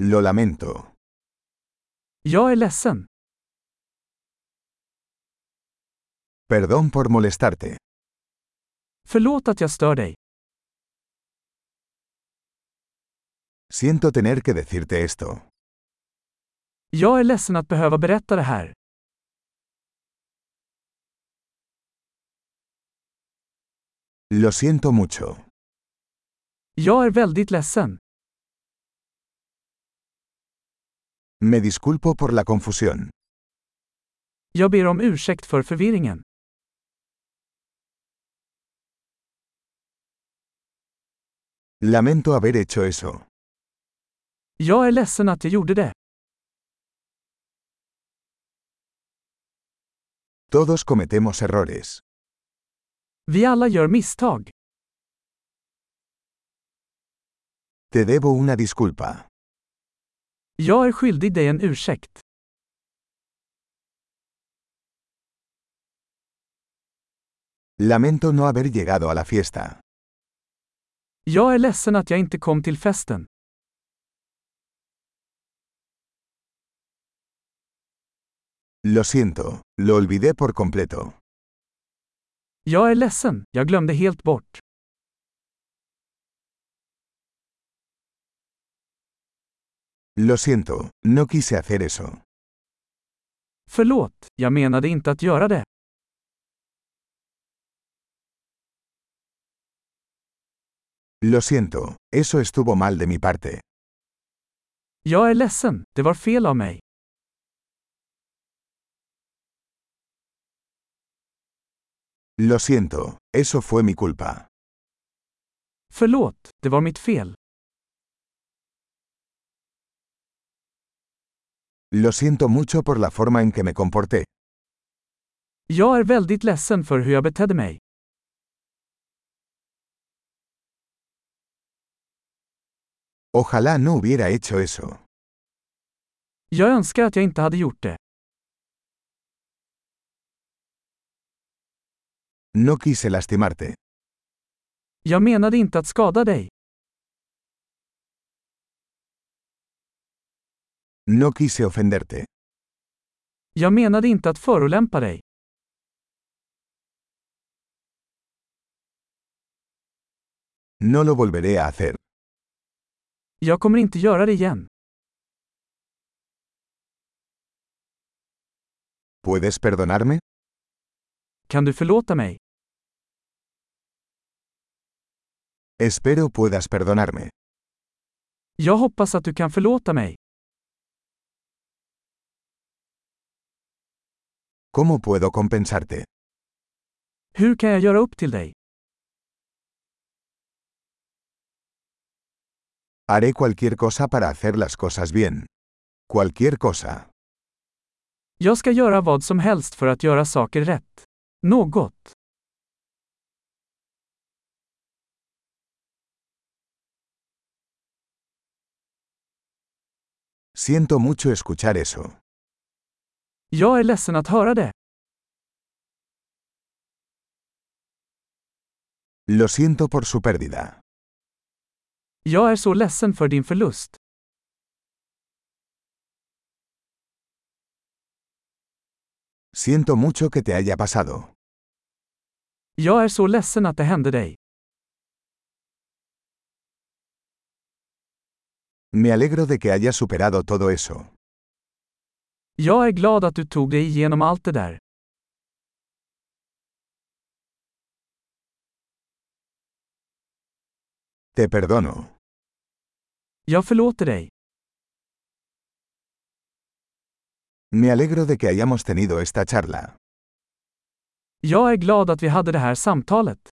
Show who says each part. Speaker 1: Lo lamento.
Speaker 2: Jag är ledsen.
Speaker 1: Perdón por molestarte.
Speaker 2: Förlåt att jag stör dig.
Speaker 1: Siento tener que decirte esto.
Speaker 2: Jag är ledsen att behöva berätta det här.
Speaker 1: Lo siento mucho.
Speaker 2: Jag är väldigt ledsen.
Speaker 1: Me disculpo por la confusión.
Speaker 2: Jag ber om ursäkt för förvirringen.
Speaker 1: Lamento haber hecho eso.
Speaker 2: Jag är ledsen att jag gjorde det.
Speaker 1: Todos cometemos errores.
Speaker 2: Vi alla gör misstag.
Speaker 1: Te debo una disculpa.
Speaker 2: Jag är skyldig dig en ursäkt.
Speaker 1: Lamento no haber llegado a la fiesta.
Speaker 2: Jag är ledsen att jag inte kom till festen.
Speaker 1: Lo siento, lo olvidé por completo.
Speaker 2: Jag är ledsen, jag glömde helt bort.
Speaker 1: Lo siento, no quise hacer eso.
Speaker 2: Förlåt, jag menade inte att göra det.
Speaker 1: Lo siento, eso estuvo mal de mi parte.
Speaker 2: Jag är ledsen, det var fel av mig.
Speaker 1: Lo siento, eso fue mi culpa.
Speaker 2: Förlåt, det var mitt fel.
Speaker 1: Lo siento mucho por la forma en que me comporté.
Speaker 2: Jag är väldigt ledsen för hur jag betedde mig.
Speaker 1: Ojalá no hubiera hecho eso.
Speaker 2: Jag önskar att jag inte hade gjort det.
Speaker 1: No quise lastimarte.
Speaker 2: Jag menade inte att skada dig.
Speaker 1: No quise ofenderte.
Speaker 2: Jag menade inte att förolämpa dig.
Speaker 1: No lo volveré a hacer.
Speaker 2: Jag kommer inte göra det igen.
Speaker 1: ¿Puedes perdonarme?
Speaker 2: Kan du förlåta mig?
Speaker 1: Espero puedas perdonarme.
Speaker 2: Jag hoppas att du kan förlåta mig.
Speaker 1: ¿Cómo puedo compensarte?
Speaker 2: Hur kan jag göra upp till dig?
Speaker 1: Haré cualquier cosa para hacer las cosas bien. Cualquier cosa.
Speaker 2: Jag ska göra vad som helst för att göra saker rätt. Något.
Speaker 1: Siento mucho escuchar eso.
Speaker 2: Jag är ledsen att höra det.
Speaker 1: Lo siento por su pérdida.
Speaker 2: Jag är så ledsen för din förlust.
Speaker 1: Siento mucho que te haya pasado.
Speaker 2: Jag är så ledsen att det hände dig.
Speaker 1: Me alegro de que hayas superado todo eso.
Speaker 2: Jag är glad att du tog dig igenom allt det där.
Speaker 1: Te perdono.
Speaker 2: Jag förlåter dig.
Speaker 1: Me alegro de que hayamos tenido esta charla.
Speaker 2: Jag är glad att vi hade det här samtalet.